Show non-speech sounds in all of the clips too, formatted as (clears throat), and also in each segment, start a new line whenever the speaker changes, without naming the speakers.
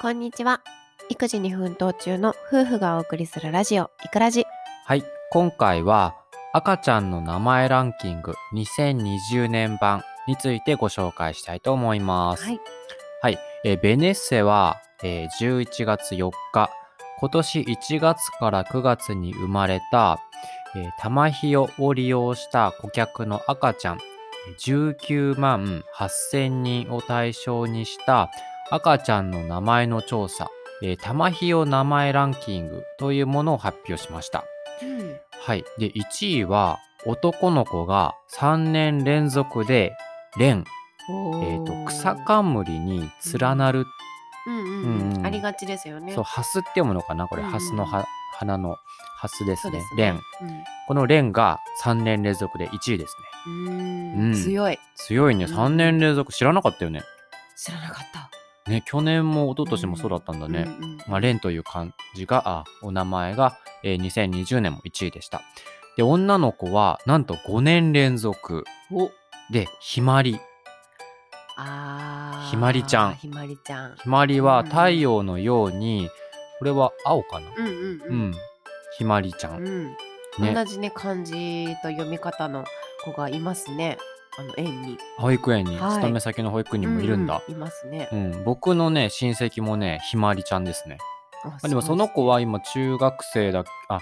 こんにちは。育児に奮闘中の夫婦がお送りするラジオ、いくらじ。
はい、今回は赤ちゃんの名前ランキング2020年版についてご紹介したいと思います。
はい、
えーベネッセは、えー11月4日、今年1月から9月に生まれた、えー、玉ひよを利用した顧客の赤ちゃん、19万8000人を対象にした赤ちゃんの名前の調査、えー、玉ひよ名前ランキングというものを発表しました。はい。で、1位は、男の子が3年連続で、蓮、え
お
ー、と草冠に連なる、
うんうん、
うん
う、
うんん
ありがちですよね。
そう、ハスって読むのかなこれ、
うんうん
ハスのは花のハスです
そう
ね
です。
蓮、
ね。
この蓮が3年連続で1位です
うん、う
ね。
ー、
うんん
強い。
強いね。
うん
3年連続知らなかったよね。
知らなかった。
ね、去年も一昨年もそうだったんだね。
うんうん
まあ、レンという漢字が、あお名前が、えー2020年も1位でした。で、女の子は、なんと5年連続。で、ひまり。
あー
ひまりちゃん
ひまりちゃん。
ひまりは
うん
太陽のように、これは青かな
うんうん
う
うん
ん。ひまりちゃ。
うんん。同
ね。
じね漢字と読み方の子がいますね。あの園に。
保育園に、
はい
勤め先の保育園にもいるんだ。
うういますね
う。ん。僕のね、親戚もね、ひまりちゃんですね。
あ
あでもその子は今中学生だあ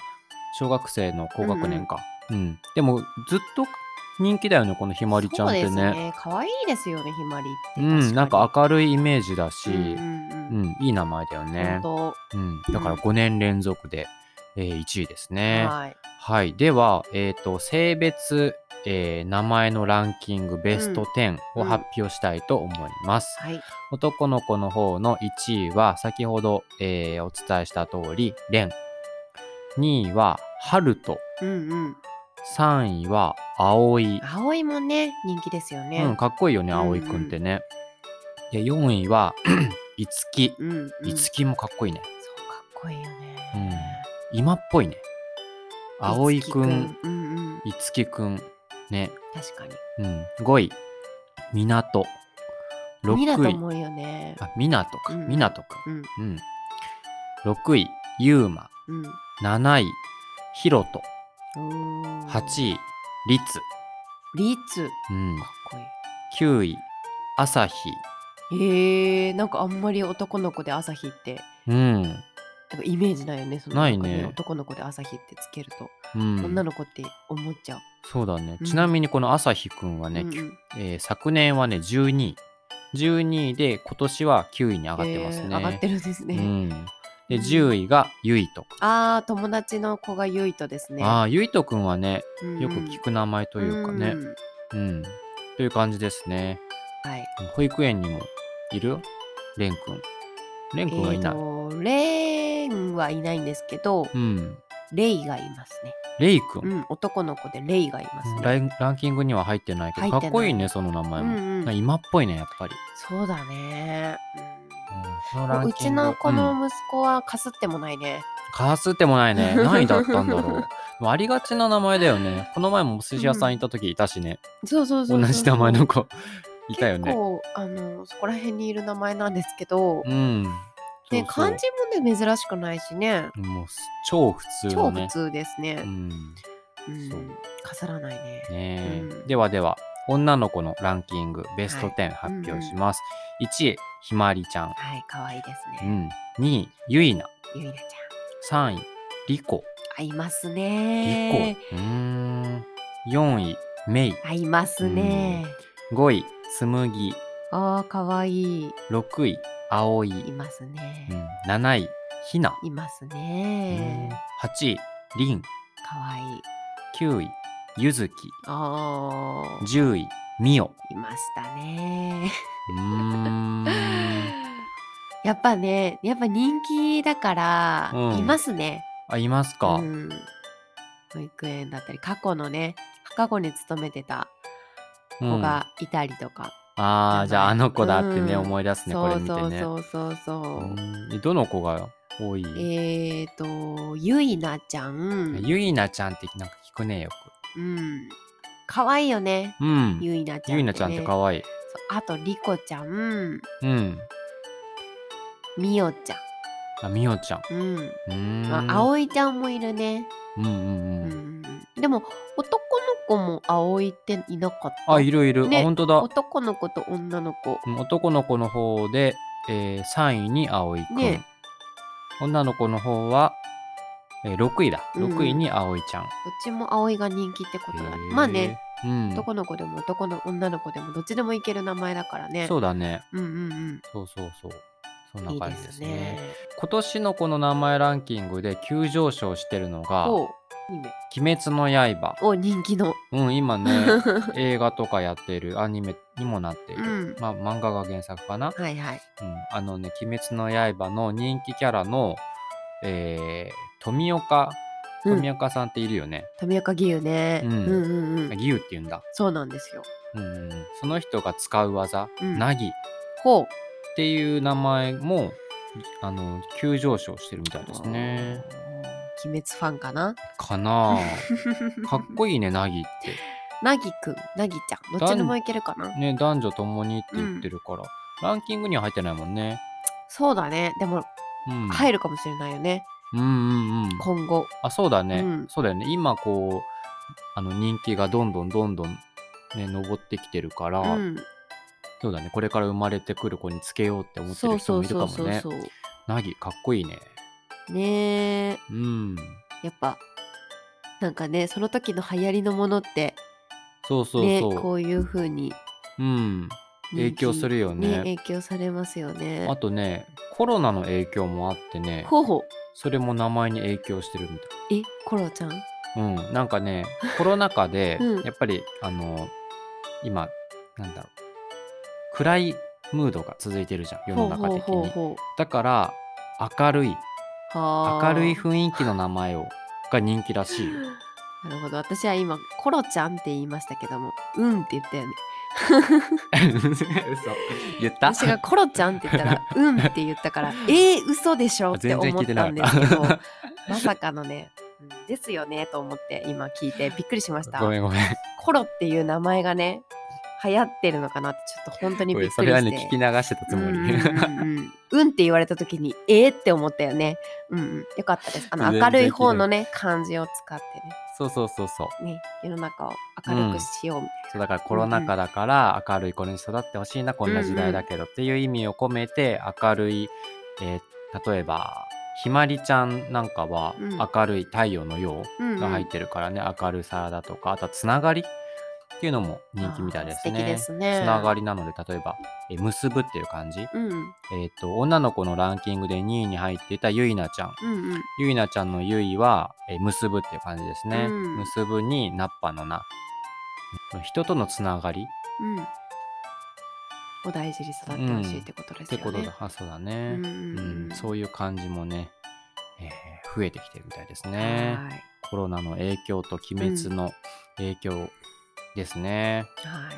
小学生の高学年かうん、でもずっと人気だよねこのひまりちゃんってね
そうですね可愛いですよねひまりって
う
確
んなんか
か
明るいイメージだし、
に
う
うんうんんうん
いい名前だよね、
本
うん、だから
うん
5年連続で、えー1位です
当
ね
はい
はいでは、えー、と性別、えー名前のランキングベスト10
うん
を発表したいと思います、
はい
男の子の方の1位は先ほど、えーお伝えした通り、レン。2位は、ハルト。
うんうん
3位は、葵。
葵もね人気ですよね
うん、かっこいいよね、
うんうん
葵くんってね。で、4位は、 (clears throat) いつき。
うんうん
いつきもかっこいいね。
そうかっこいいよね
今っぽいね。葵くん、
樹うんうん
いつきくん。ね。
確かに
うん。5位、みなと。
ミラ
6
と
位、
思うよね
あ、みなとか、
うん
みなとく。
うんん
うん。6位、ゆうま。
うん
7位、ヒロト。
うーん
8位、リツ。
リーツ
うん
かっ。こいい
9位、アサヒ。
えー、なんかあんまり男の子で朝日って
うん。
なんかイメージないよねその
ないね
んか男の子で朝日ってつけると、
うん、
女の子って思っちゃう
そうだね。
うん
ちなみにこのアサヒくんはね、
うんうん
えー昨年はね、12位。12位で今年は9位に上がってますね。
えー上がってるんですね。
うん。で、10位がユイトくん。
ああ、友達の子がゆいとですね。
ああ、ユイトくんはね、
うんうん
よく聞く名前というかね。
ん
うん。という感じですね。
はい。
保育園にもいるレンくん。レンくんはい
えっ、
ない。
と、レーンはいないんですけど、
うん。
レイがいますね。
レイくん。
うん、男の子でレイがいます
ラ
ね。
インランキングには入ってないけ
入
ど
ってな
か
い
っこいいねその名前も、
うんうん
なんか今っぽいねやっぱり、
そうだね。うん
この
もううちの子
うん
の息子はかすってもないね。
かすってもな
(laughs)
いね何だったんだろうでもありがちな名前だよねこの前もお寿司屋さん行った時いたしね、
そうそうそうそう
同じ名前の子いたよ
結
ね
構あのそこら辺にいる名前なんですけど、
うん
ね
そうそう
漢字もね珍しくないしね、
もう超普通
超
の
普
ね
通ですね。
うん
うん
そう
かさらないね。
ねえ
うん
ではでは女の子のランキングベスト10発表します、1位ひまりちゃん、
はい、可愛いです
う
ね。
ん、2位ゆいな
ゆいなち
3位りこ
ゃん。合います
リ
ね。
コ。うーん。4位、メイ。
合いますね。
5位、つむぎ。
ああ、可愛い。
6位、あおい。
いますね
う。ん7位、ひな。
います
うん
ね。
8位、りん。
可愛い。
9位、ゆずき。
ああ、
10位、みお。
いましたね。
うーん。
(laughs) やっぱね、やっぱ人気だから、
うん
いますね。
あ、いますか。
うん。保育園だったり、過去のね、過去に勤めてた
う
子
ん、あ
がいたりとか。
あー、じゃああの子だってね、
うん
思い出すね、こ
そ
れ
う
見て
そう
ね。
そうそうそう。
うんえどの子が多い
えーと、ゆいなちゃん。
ゆいなちゃんってなんか聞くね、よ
うん。可愛いよね。
く。うん。
ゆいなちゃん、
ゆいなちゃんってかわいい。
そうあと、りこちゃん。
うん。
みおちゃ
あ、みおちゃん。
ん。うん。
うーん。
あ、あおいちゃんもいるね。
うんう
う
んうん。
うんんうん。でも、男の子もあおいっていなかった。
あ、いるいる。
ね
あ、本当だ。
男の子と女の子。
うん男の子の方で、えー3位に葵くん、
ね
女の子の方は、えー6位だ
うん
6位に葵ちゃん、
どっちも葵が人気ってことだね。
へー
まあね、、
うん、
男の子でも男の女の子でもどっちでもいける名前だからね。。
そううだね
うんうん
そうそうそうそん
うん。いい
な感
で
じですすね
ね。
今年のこの名前ランキングで急上昇してるのが「
お
鬼
う、いいね。
滅の刃
お、人気の。」
うん今ね
(laughs)
映画とかやってるアニメにもなっている、
うん
まあ漫画が原作かな
はいはい。
うん、あのね「鬼滅の刃」の人気キャラの、えー、富岡
うん
富岡さんっているよね、
富岡義勇ね。う
う
んんうんうん。
義勇って言うんだ、
そうなんですよ。
うんうん、その人が使う技「
うん
なぎ」っ
ほう。
ていう名前もあの急上昇してるみたいですね。
鬼滅ファンかな。
かな
(laughs)
あかっこいいねなぎって。
なぎくん、なぎちゃん、どっちでもいけるかな。
ね男女ともにって言ってるから、ランキングには入ってないもんね。
そうだね。でも
うん、
入
る
るかもしれないよね。
うんうんうん
今後。
あそうだね、
うん
そうだよね今こうあの人気がどんどんどんどんね上ってきてるから、
うん。
そうだねこれから生まれてくる子につけようって思って
そ
る
う
人
そ
も
う
いる
そ
か
う
も
そう
ね
そう。
なぎかっこいいね
ねえ。
うん
やっぱ。なんかね、その時の流行りのものって。
そうそう
ね、
そう、
こういう風に。
うん影響するよね
ね、影響されますよね
あ。とねコロナの影響もあってね
ほうほう。
それも名前に影響してるみたい
え、コロちゃん。
うん、なんかねコロナ禍
(laughs)
で、
うん
やっぱりあの今なんだろう暗いムードが続いてるじゃん世の中的
ほうほ
に
うほうほ。
だから明るいう
はあ
明るい雰囲気の名前をが人気らしいよ
(laughs) なるほど私は今「コロちゃん」って言いましたけども「うん」って言ったよね
嘘言った
私が「コロちゃん」って言った
(laughs)
ら「うん」って言ったから「えー、嘘でしょ」って
全然
思
聞
っ
いて
た
なんか
で
っ
す
た
けどまさかのね「うんですよね」と思って今聞いてびっくりしました
ごめんごめん
コロっていう名前がね流行ってるのかなってちょっと本当に
ご
びっ
めんそ
くり
れは
して
ね聞き流してたつもり、
うんうんうんうんうんって言われた時に「えー?」って思ったよね、うんうん、よかったですあの
全然
明るい方のね漢字を使ってね
(laughs) そうそうそうそう
ね世の中を明るくしようみたいな。
そうだからコロナ禍だから明るい子に育ってほしいなこんな時代だけど、っていう意味を込めて明るい、えー例えばひまりちゃんなんかは
うん
明るい太陽のよ
うんう
うんが入ってるからね、明るさだとかあとはつながりっていうのも人気みたいですね。
あー素敵ですね
つながりなので例えば「えー結ぶ」っていう感じ、
うんうん
えっと女の子のランキングで2位に入っていたゆいなちゃん
うん
ゆいなちゃんのゆいは、えー結ぶっていう感じですね、
うん
結ぶにナッパのな人とのつながりっ
うんお大事に育ってほしいってことです
て
よね。
ことだ、あそうだ
うん
ね、
うん
う
うん
ん、そういう感じもね、えー増えてきてるみたいですね
は
コロナの影響と鬼滅の影響ですね、
いはい。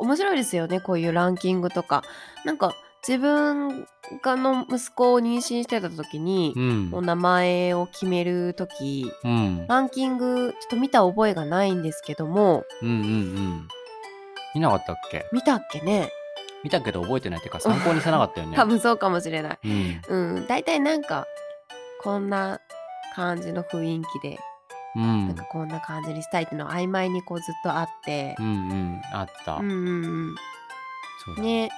面白いですよねこういうランキングとかなんか自分がの息子を妊娠してた時に
う、ん
お名前を決める時
うん、
ランキングちょっと見た覚えがないんですけども
うんうんうん見なかったっけ
見たっけね
見たけど覚えてないっていうか参考にしてなかったよね
多分そうかもしれない。
うん
うん大体なんかこんな感じの雰囲気で
うん
なんかこんな感じにしたいっていうのは曖昧にこうずっとあって
う、んうんあった、
うんうん
そう
う
だ
ん、ね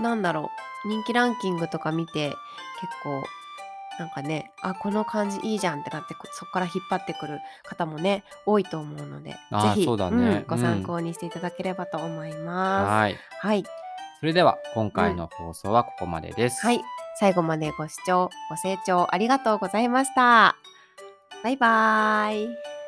なんだろう人気ランキングとか見て結構なんかねあこの感じいいじゃんってなってこそこから引っ張ってくる方もね多いと思うので
あー
ぜひ
そうだね
んご参考にしていただければと思います。
はい
はい、
それでは今回の放送はここまでです。
はい、最後までご視聴ご清聴ありがとうございました。バイバーイ。